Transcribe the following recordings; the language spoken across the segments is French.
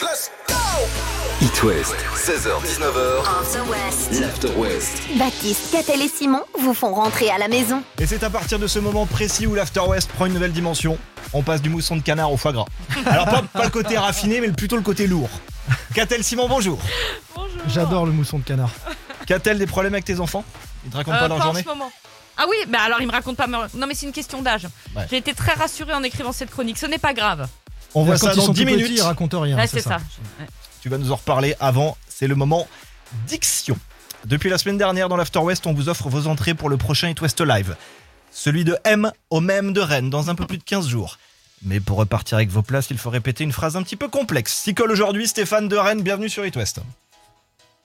Let's go It West, 16h-19h, After West. l'After West. Baptiste, Catel et Simon vous font rentrer à la maison. Et c'est à partir de ce moment précis où l'After West prend une nouvelle dimension. On passe du mousson de canard au foie gras. Alors pas, pas le côté raffiné, mais plutôt le côté lourd. Catel Simon, bonjour. J'adore le mousson de canard. Qu'a-t-elle des problèmes avec tes enfants Ils te racontent Euh, pas leur pas en journée ce moment. Ah oui, bah alors il me raconte pas. mais- Non, mais c'est une question d'âge. Ouais. J'ai été très rassurée en écrivant cette chronique. Ce n'est pas grave. On voit ça quand ils dans sont 10 tout petits, hein. minutes. ils racontent rien. Là, c'est ça. Tu vas nous en reparler avant. C'est le moment diction. Depuis la semaine dernière dans l'After West, on vous offre vos entrées pour le prochain It West Live. Celui de M au même de Rennes dans un peu plus de 15 jours. Mais pour repartir avec vos places, il faut répéter une phrase un petit peu complexe. S'y colle aujourd'hui Stéphane de Rennes, bienvenue sur It West.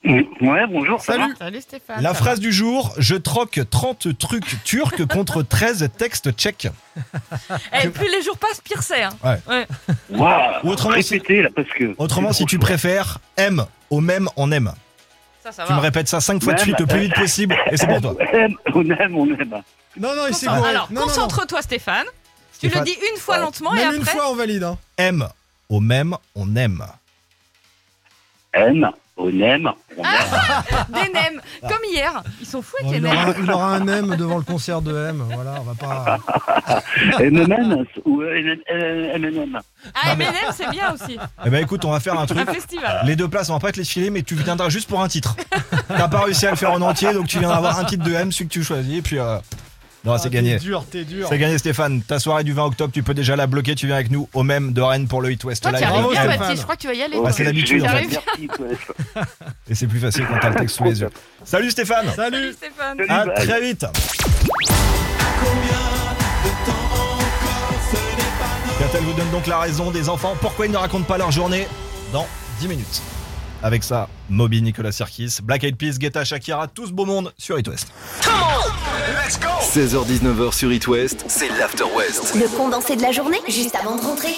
Mm, Ouais, bonjour. ça Salut. Salut Stéphane. La phrase du jour, je troque 30 trucs turcs contre 13 textes tchèques. Eh, plus les jours passent, pire c'est. hein. va Waouh Ou autrement, si- Répétez, là, parce que. Autrement, c'est si trop tu chaud. préfères, M au même en M. Ça, ça Tu me va. répètes ça 5 fois de Même. suite le plus vite possible et c'est pour toi. On aime, on aime, on aime. Non, non, il s'est Concentre- gouré. Alors, Non, non, non. concentre-toi, Stéphane. Tu le Stéphane, dis une fois lentement Même et une après. fois, on valide. hein. M au même on aime. Aime, on aime, on Ah. aime. Des nems, Ah. comme hier. Ils sont fous Bon, avec les il, nems. aura, il aura un M devant le concert de M. Voilà, on va pas. MMM ou MNM. Ah, M&M, c'est bien aussi. Eh ben écoute, on va faire un Un truc. Ah, festival. Les deux places, on va pas te les filer, mais tu viendras juste pour un titre. T'as pas réussi à le faire en entier, donc tu viens d'avoir un titre de M, celui que tu choisis, et puis euh, non, Ah, c'est gagné. T'es dur, t'es dur. C'est gagné Stéphane, ta soirée du 20 octobre, tu peux déjà la bloquer, tu viens avec nous au même de Rennes pour le Hit West Toi, tu Live. arrives bravo, bien, Stéphane. Ah, Baptiste. Je crois que tu vas y aller. Ouais, toi. Bah, c'est l'habitude, en fait. Et c'est plus facile quand t'as le texte sous les yeux. Salut Stéphane Salut. Salut Stéphane. À bye. Ah, très vite Catel vous donne donc la raison des enfants pourquoi ils ne racontent pas leur journée dans 10 minutes. Avec ça, Moby, Nicolas Sirkis, Black Eyed Peas, Guetta, Shakira, tout ce beau monde sur It West. 16h-19h sur It West, c'est l'After West. Le condensé de la journée, juste avant de rentrer.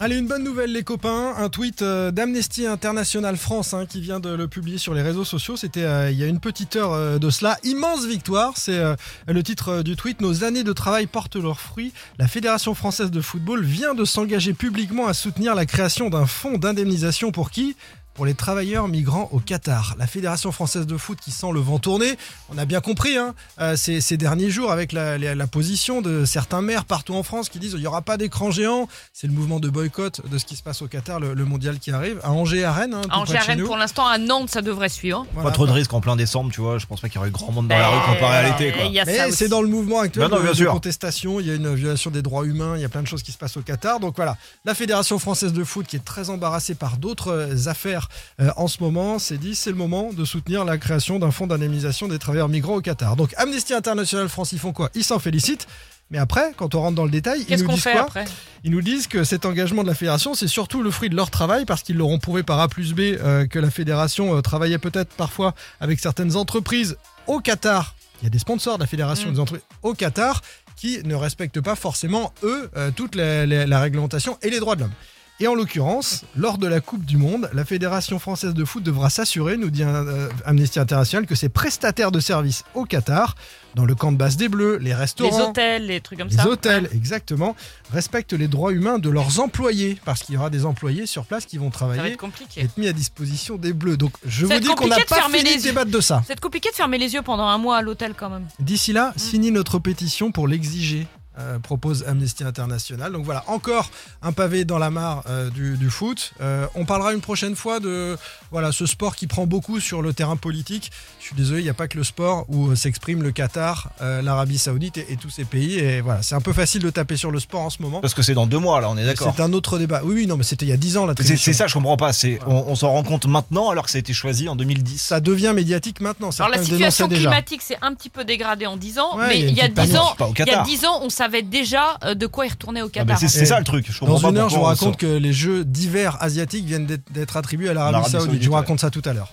Allez, une bonne nouvelle, les copains. Un tweet euh, d'Amnesty International France hein, qui vient de le publier sur les réseaux sociaux. C'était euh, il y a une petite heure euh, de cela. Immense victoire, c'est euh, le titre euh, du tweet. Nos années de travail portent leurs fruits. La Fédération française de football vient de s'engager publiquement à soutenir la création d'un fonds d'indemnisation pour qui pour les travailleurs migrants au Qatar. La Fédération française de foot qui sent le vent tourner, on a bien compris hein, euh, ces, ces derniers jours avec la, la- la position de certains maires partout en France qui disent il n'y aura pas d'écran géant, c'est le mouvement de boycott de ce qui se passe au Qatar, le, le mondial qui arrive, à Angers, à Rennes. hein, tout À Angers, près à de chez Rennes, nous. pour l'instant, à Nantes, ça devrait suivre. Voilà. Pas trop de risques en plein décembre, tu vois, je pense pas qu'il y aurait eu grand monde dans la rue comparé à l'été. quoi. Il euh, y a ça Mais aussi. c'est dans le mouvement actuel Bah non, de- bien de sûr. contestation, il y a une violation des droits humains, il y a plein de choses qui se passent au Qatar. Donc voilà, la Fédération française de foot qui est très embarrassée par d'autres euh, affaires euh, en ce moment s'est dit c'est le moment de soutenir la création d'un fonds d'indemnisation des travailleurs migrants au Qatar. Donc Amnesty International France, ils font quoi Ils s'en félicitent. Mais après, quand on rentre dans le détail, ils Qu'est-ce nous qu'on disent fait quoi après ils nous disent que cet engagement de la fédération, c'est surtout le fruit de leur travail, parce qu'ils l'auront prouvé par A plus B euh, que la fédération euh, travaillait peut-être parfois avec certaines entreprises au Qatar. Il y a des sponsors de la fédération Mm. des entreprises au Qatar qui ne respectent pas forcément, eux, euh, toute la, la- la réglementation et les droits de l'homme. Et en l'occurrence, lors de la Coupe du Monde, la Fédération française de foot devra s'assurer, nous dit euh, Amnesty International, que ses prestataires de services au Qatar, dans le camp de base des Bleus, les Les restaurants, hôtels, les trucs comme les ça. hôtels, exactement, respectent les droits humains de leurs employés, parce qu'il y aura des employés sur place qui vont Ça va travailler être et compliqué. être mis à disposition des bleus. Donc je Ça va vous être dis qu'on n'a compliqué de pas fermer fini les de yeux. débattre de ça. C'est compliqué de fermer les yeux pendant un mois à l'hôtel quand même. D'ici là, Mm. signez notre pétition pour l'exiger. euh, propose Amnesty International. Donc voilà, encore un pavé dans la mare euh, du, du foot. Euh, on parlera une prochaine fois de voilà ce sport qui prend beaucoup sur le terrain politique. Je suis désolé, il n'y a pas que le sport où euh, s'exprime le Qatar, euh, l'Arabie Saoudite et, et tous ces pays. Et voilà, c'est un peu facile de taper sur le sport en ce moment. Parce que c'est dans deux mois, là, on est d'accord. C'est un autre débat. Oui, oui, non, mais c'était il y a 10 ans la C'est tradition. c'est ça, je comprends pas. C'est on, on s'en rend compte maintenant alors que ça a été choisi en 2010. Ça devient médiatique maintenant. Alors la Certains le situation dénonçaient déjà. climatique s'est un petit peu dégradée en 10 ans, Ouais, mais il y a une petite 10 panique. ans, pas au il y a Qatar. 10 ans, on savait déjà euh, de quoi il retournait au Ah, mais Qatar. c'est c'est ça le truc. Je comprends Dans pas une heure, je vous pourquoi on sort. raconte que les jeux d'hiver asiatiques viennent d'être- d'être attribués à l'Arabie L'Arabie Saoudite. Saoudite, Je vous ouais. raconte ça tout à l'heure.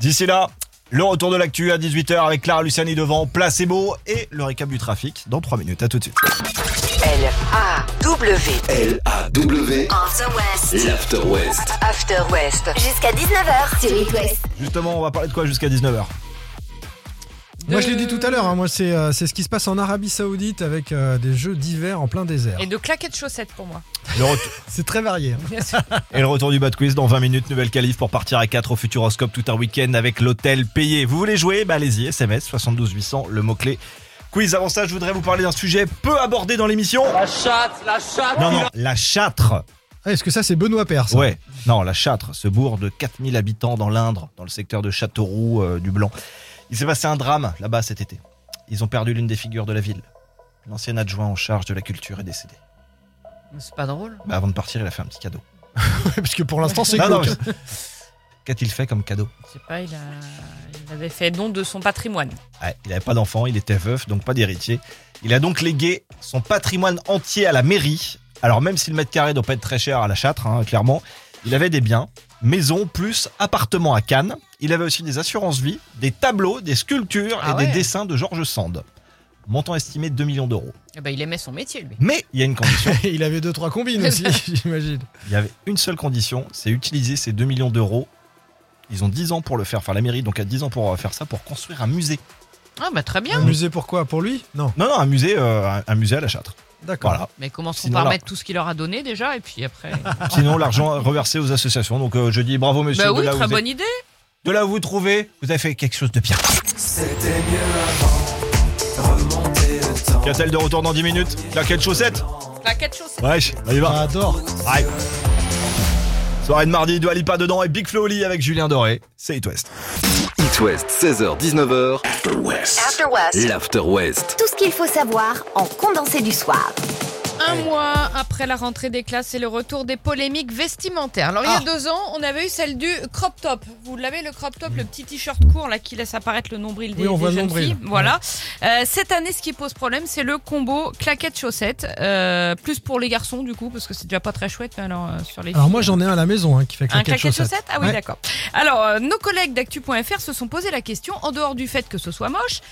D'ici là, le retour de l'actu à 18h avec Clara Luciani devant Placebo et le récap du trafic dans 3 minutes. À tout de suite. L-A-W, L-A-W, After West. l'After West. After West. Jusqu'à 19h sur It West. Justement, on va parler de quoi jusqu'à 19h de- Moi, je l'ai dit tout à l'heure, hein, moi, c'est euh, c'est ce qui se passe en Arabie Saoudite avec euh, des jeux d'hiver en plein désert. Et de claquettes chaussettes pour moi. Le ret- C'est très varié. hein. Bien sûr. et le retour du bad quiz dans 20 minutes, nouvelle qualif pour partir à 4 au Futuroscope tout un week-end avec l'hôtel payé. Vous voulez jouer bah Allez-y, SMS 72 800, le mot-clé. Quiz, avant ça, je voudrais vous parler d'un sujet peu abordé dans l'émission. La chatte, la chatte. Non, non, la châtre. Ah, Est-ce que ça, c'est Benoît Père ça Ouais, non, la Châtre, ce bourg de 4000 habitants dans l'Indre, dans le secteur de Châteauroux euh, du Blanc. Il s'est passé un drame là-bas cet été. Ils ont perdu l'une des figures de la ville. L'ancien adjoint en charge de la culture est décédé. C'est pas drôle. Bah, avant de partir, il a fait un petit cadeau. Parce que pour l'instant, c'est Non, non, glauque. mais- Qu'a-t-il fait comme cadeau Je sais pas, il, a... il avait fait don de son patrimoine. Ouais, Ah, Il n'avait pas d'enfant, il était veuf, donc pas d'héritier. Il a donc légué son patrimoine entier à la mairie. Alors même si le mètre carré doit pas être très cher à la Châtre, hein, clairement, il avait des biens, maison plus appartement à Cannes. Il avait aussi des assurances-vie, des tableaux, des sculptures Ah et ouais. des dessins de Georges Sand. Montant estimé 2 millions d'euros. Eh ben, il aimait son métier, lui. Mais il y a une condition. Il avait deux, trois combines aussi, j'imagine. Il y avait une seule condition, c'est utiliser ces 2 millions d'euros. Ils ont 10 ans pour le faire, enfin la mairie, donc a 10 ans pour euh, faire ça, pour construire un musée. Ah, bah très Un bien. musée pour quoi Pour lui Non, Non, non, un musée, euh, un- un musée à la Châtre. d'accord. Voilà. Mais commençons Sinon, par alors- mettre tout ce qu'il leur a donné déjà, et puis après. Sinon, l'argent reversé aux associations. Donc, euh, je dis bravo, monsieur. bah de, oui, là où très vous êtes- bonne idée. de là où vous trouvez, vous avez fait quelque chose de bien. C'était mieux avant. Remonter le temps. Qu'a-t-elle de retour dans 10 minutes Claquette chaussette Claquettes chaussettes. Wesh, on y va. J'adore. Ouais. Soirée de mardi, Dua Lipa dedans et Big Flo au lit avec Julien Doré. C'est It West. It West, 16h-19h. After West. L'After West. Tout ce qu'il faut savoir en condensé du soir. Un mois après la rentrée des classes et le retour des polémiques vestimentaires. Alors, il y Ah. a deux ans, on avait eu celle du crop top. Vous l'avez, le crop top, le petit t-shirt court là qui laisse apparaître le nombril des, Oui, on des voit le jeunes nombril. filles. Voilà. Euh, cette année, ce qui pose problème, c'est le combo claquettes-chaussettes. Euh, plus pour les garçons, du coup, parce que c'est déjà pas très chouette, mais alors euh, sur les Alors filles, moi, j'en ai un à la maison hein, qui fait Un claquer de claquette chaussettes. chaussette Ah oui, Ouais. d'accord. Alors, euh, nos collègues d'actu.fr se sont posé la question, en dehors du fait que ce soit moche,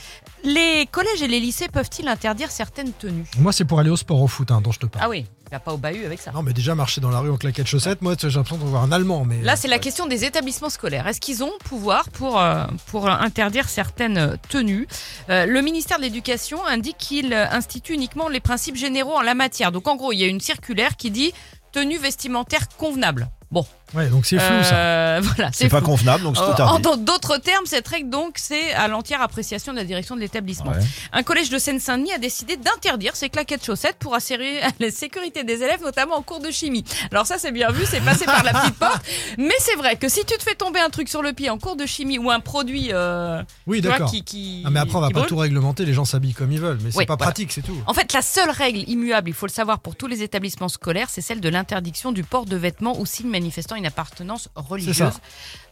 les collèges et les lycées peuvent-ils interdire certaines tenues Moi, c'est pour aller au sport au foot hein, dont je te parle. Ah oui, t'as pas au bahut avec ça. Non, mais déjà, marcher dans la rue en claquettes de chaussettes, moi, tu sais, j'ai l'impression de voir un Allemand. Mais Là, c'est la question des établissements scolaires. Est-ce qu'ils ont pouvoir pour, euh, pour interdire certaines tenues Euh, Le ministère de l'Éducation indique qu'il euh, institue uniquement les principes généraux en la matière. Donc, en gros, il y a une circulaire qui dit tenue vestimentaire convenable. Bon, Ouais, donc c'est flou, ça. euh, voilà, C'est pas flou. convenable, donc c'est Euh, tout tard. en dans d'autres termes, cette règle donc c'est à l'entière appréciation de la direction de l'établissement. Ouais. Un collège de Seine-Saint-Denis a décidé d'interdire ces claquettes chaussettes pour assurer la sécurité des élèves, notamment en cours de chimie. Alors ça c'est bien vu, c'est passé par la petite porte, mais c'est vrai que si tu te fais tomber un truc sur le pied en cours de chimie ou un produit euh, Oui, tu vois, d'accord. qui, qui- Ah, mais après, on va qui pas brûle, tout réglementer, les gens s'habillent comme ils veulent, mais c'est Oui, pas voilà. pratique, c'est tout. en fait, la seule règle immuable, il faut le savoir pour tous les établissements scolaires, c'est celle de l'interdiction du port de vêtements ou signes manifestant une appartenance religieuse.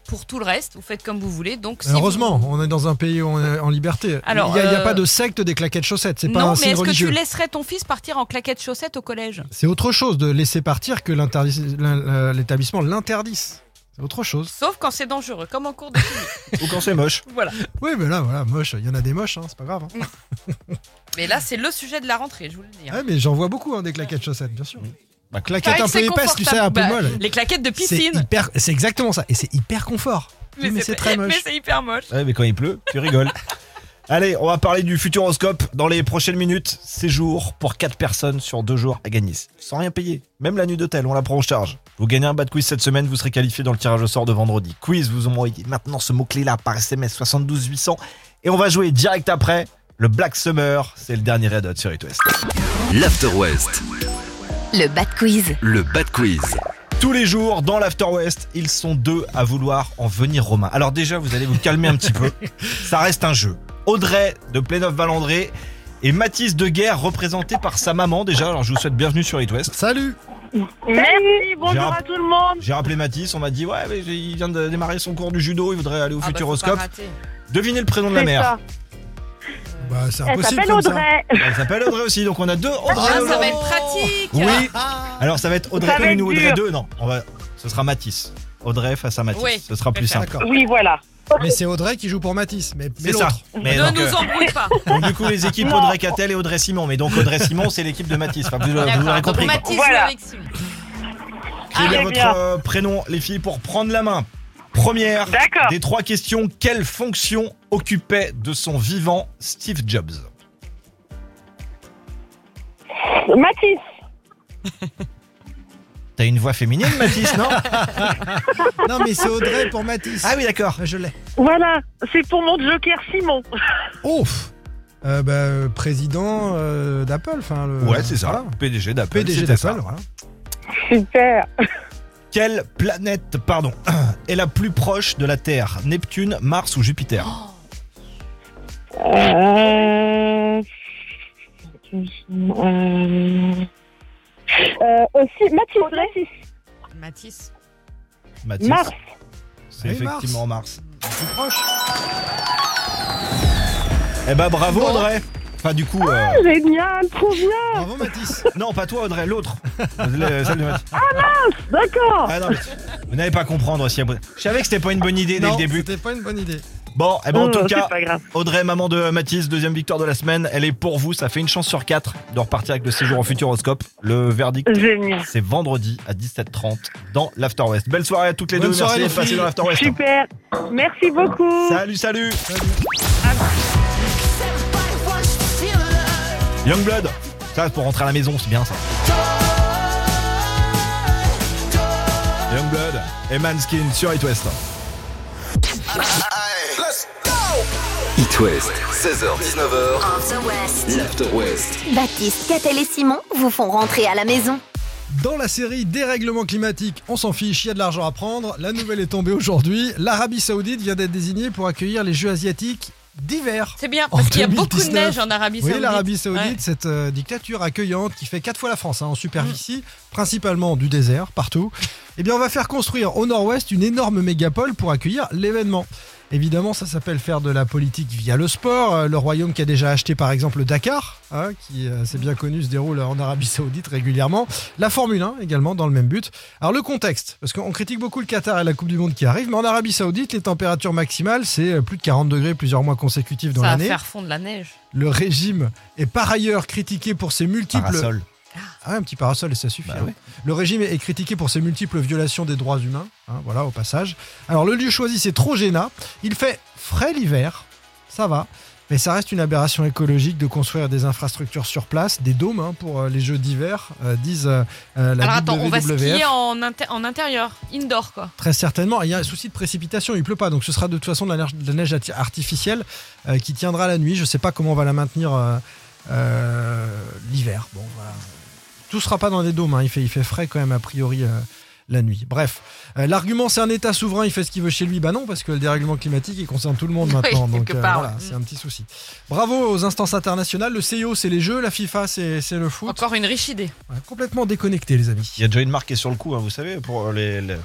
Pour tout le reste, vous faites comme vous voulez. Donc, si vous- Heureusement, on est dans un pays où on est en liberté. Alors, il n'y a, il y a euh, pas de secte des claquettes chaussettes, c'est pas non, un mais signe est-ce que religieux. tu laisserais ton fils partir en claquettes chaussettes au collège C'est autre chose de laisser partir que l'interdis- l'in- euh, l'établissement l'interdise. C'est autre chose. Sauf quand c'est dangereux, comme en cours de chimie. Ou quand c'est moche. voilà. Oui, mais là, voilà, moche. Il y en a des moches, hein, c'est pas grave. hein. Mais là, c'est le sujet de la rentrée, je vous le dis. Ouais, mais j'en vois beaucoup hein, des claquettes chaussettes, bien sûr. Bah, Claquettes un peu épaisses, tu sais, un peu molles. Bah, Les claquettes de C'est piscine. hyper, c'est exactement ça, et c'est hyper confort. Mais, c'est très Mais moche. c'est hyper moche. Ah, Ouais, mais quand il pleut, tu rigoles. Allez, on va parler du futuroscope dans les prochaines minutes. Séjour pour 4 personnes sur 2 jours à Gagnis. Sans rien payer. Même la nuit d'hôtel, on la prend en charge. Vous gagnez un bad quiz cette semaine, vous serez qualifié dans le tirage au sort de vendredi. Quiz, vous envoyez maintenant ce mot-clé-là par SMS 72 800. Et on va jouer direct après le Black Summer. C'est le dernier Red Hot sur It West. L'After West, Le Bad Quiz. le Bad Quiz. Tous les jours, dans l'After West, ils sont deux à vouloir en venir romain. Alors déjà, vous allez vous calmer un petit peu. Ça reste un jeu. Audrey de Pléneuf-Valandré et Mathis de Guerre, représenté par sa maman déjà. Alors je vous souhaite bienvenue sur It West. Salut Merci, bonjour Gérard- à tout le monde. J'ai rappelé Mathis, on m'a dit ouais, mais j'ai- il vient de démarrer son cours du judo, il voudrait Ah bah, aller au Futuroscope. Devinez le prénom de la C'est mère. ça. Bah, c'est Elle impossible s'appelle comme ça. Audrey. Elle s'appelle Audrey aussi, donc on a deux Audrey. Ah, ça va Audrey. être pratique. Oui. Alors ça va être Audrey Ça va 1 être ou Audrey dur. 2 Non, on va... ce sera Mathis. Audrey face à Mathis. Oui, ce sera plus préfère. simple. D'accord. Oui, voilà. Mais c'est Audrey qui joue pour Matisse. Mais, mais C'est ça. l'autre. Mais ne donc, euh, nous embrouille pas. Donc, du coup, les équipes Non. Audrey Cattel et Audrey Simon. Mais donc, Audrey Simon, c'est l'équipe de Matisse. Enfin, vous, vous D'accord. l'aurez Donc, compris. quoi. Mathis Voilà. ou Maxime. Quel est très votre bien. euh, prénom, les filles, pour prendre la main Première D'accord. des trois questions, quelle fonction occupait de son vivant Steve Jobs Mathis. T'as une voix féminine, Mathis, non Non, mais c'est Audrey pour Matisse. Ah oui, d'accord. Bah, Je l'ai. Voilà, c'est pour mon joker Simon. Ouf Oh, Euh, bah, euh, Président euh, d'Apple. enfin, le- Ouais, c'est ça. voilà. PDG d'Apple. PDG c'était ça. d'Apple, voilà. Super. Quelle planète, pardon, est la plus proche de la Terre Neptune, Mars ou Jupiter Euh... Euh... Euh, aussi, Mathis, Mathis. Mathis. Mathis Mars. C'est Oui, effectivement Mars. Plus proche. Eh ben bravo Bon. Audrey Enfin du coup, euh, Génial, trop bien. Bravo, Matisse. non pas toi Audrey, l'autre. Le- celle de Mathis. D'accord. Ah non, mais vous n'allez pas à comprendre si après- Je savais que c'était pas une bonne idée dès Non, le début. c'était pas une bonne idée. Bon, eh ben en Oh, tout c'est cas, pas grave. Audrey, maman de Mathis, deuxième victoire de la semaine, elle est pour vous, ça fait une chance sur quatre de repartir avec le séjour au Futuroscope. Le verdict Génial. c'est vendredi à 17h30 dans l'After West. Belle soirée à toutes les Bonne deux. soirée, Merci d'être les passées filles. dans l'After West. Super. Merci beaucoup. Salut, salut. Youngblood, ça pour rentrer à la maison, c'est bien ça. Youngblood et Manskin sur It West. It West, 16h-19h, l'After West. Baptiste, Catel et Simon vous font rentrer à la maison. Dans la série Dérèglement climatique, on s'en fiche, il y a de l'argent à prendre. La nouvelle est tombée aujourd'hui. L'Arabie Saoudite vient d'être désignée pour accueillir les Jeux asiatiques d'hiver. C'est bien, En parce qu'il y a beaucoup de 2019. neige en Arabie Oui, Saoudite. l'Arabie Saoudite, Ouais. cette euh, dictature accueillante qui fait quatre fois la France hein, en superficie, Mm. principalement du désert, partout. Eh bien, on va faire construire au nord-ouest une énorme mégapole pour accueillir l'événement. Évidemment, ça s'appelle faire de la politique via le sport. Euh, Le royaume qui a déjà acheté par exemple le Dakar, hein, qui euh, c'est bien connu, se déroule en Arabie Saoudite régulièrement. La Formule 1 également dans le même but. Alors le contexte, parce qu'on critique beaucoup le Qatar et la Coupe du Monde qui arrive, mais en Arabie Saoudite, les températures maximales, c'est euh, plus de 40 degrés plusieurs mois consécutifs dans Ça va l'année. faire fondre la neige. Le régime est par ailleurs critiqué pour ses multiples. Parasol. Ah, ouais, un petit parasol, et ça suffit. Bah hein. Le régime est critiqué pour ses multiples violations des droits humains. hein, voilà, au passage. Alors, le lieu choisi, c'est Trojena. Il fait frais l'hiver. Ça va. Mais ça reste une aberration écologique de construire des infrastructures sur place, des dômes hein, pour euh, les jeux d'hiver, euh, disent euh, euh, la Alors attends, on va WWF. skier en, inté- en intérieur, indoor quoi. Très certainement. Il y a un souci de précipitation, il pleut pas, donc ce sera de toute façon de la neige, de la neige arti- artificielle euh, qui tiendra la nuit. Je sais pas comment on va la maintenir euh, euh, l'hiver. Bon, voilà. Tout sera pas dans des dômes, hein. il, fait, il fait frais quand même a priori. euh, la nuit. Bref, Euh, l'argument c'est un État souverain, il fait ce qu'il veut chez lui. Bah non, parce que le dérèglement climatique il concerne tout le monde Oui, maintenant. donc euh, quelque part, voilà, ouais. c'est un petit souci. Bravo aux instances internationales. Le CIO c'est les jeux, la FIFA c'est c'est le foot. Encore une riche idée. Ouais, complètement déconnecté les amis. Il y a déjà une marque qui est sur le coup, hein, vous savez, pour les, les-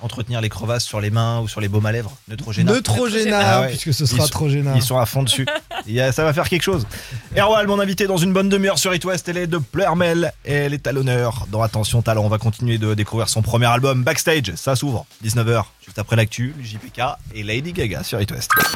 entretenir les crevasses sur les mains ou sur les baumes à lèvres. Neutrogena. Neutrogena, Ah ouais. puisque ce Ils sera sont- trop gênant. Ils sont à fond dessus. Il y a- ça va faire quelque chose. Erwan, mon invité, dans une bonne demi-heure sur It West, elle est de Pleurmel. Elle est à l'honneur dans Attention Talent. On va continuer de découvrir son premier album, Backstage. Ça s'ouvre, 19h, juste après l'actu, le JPK et Lady Gaga sur It West.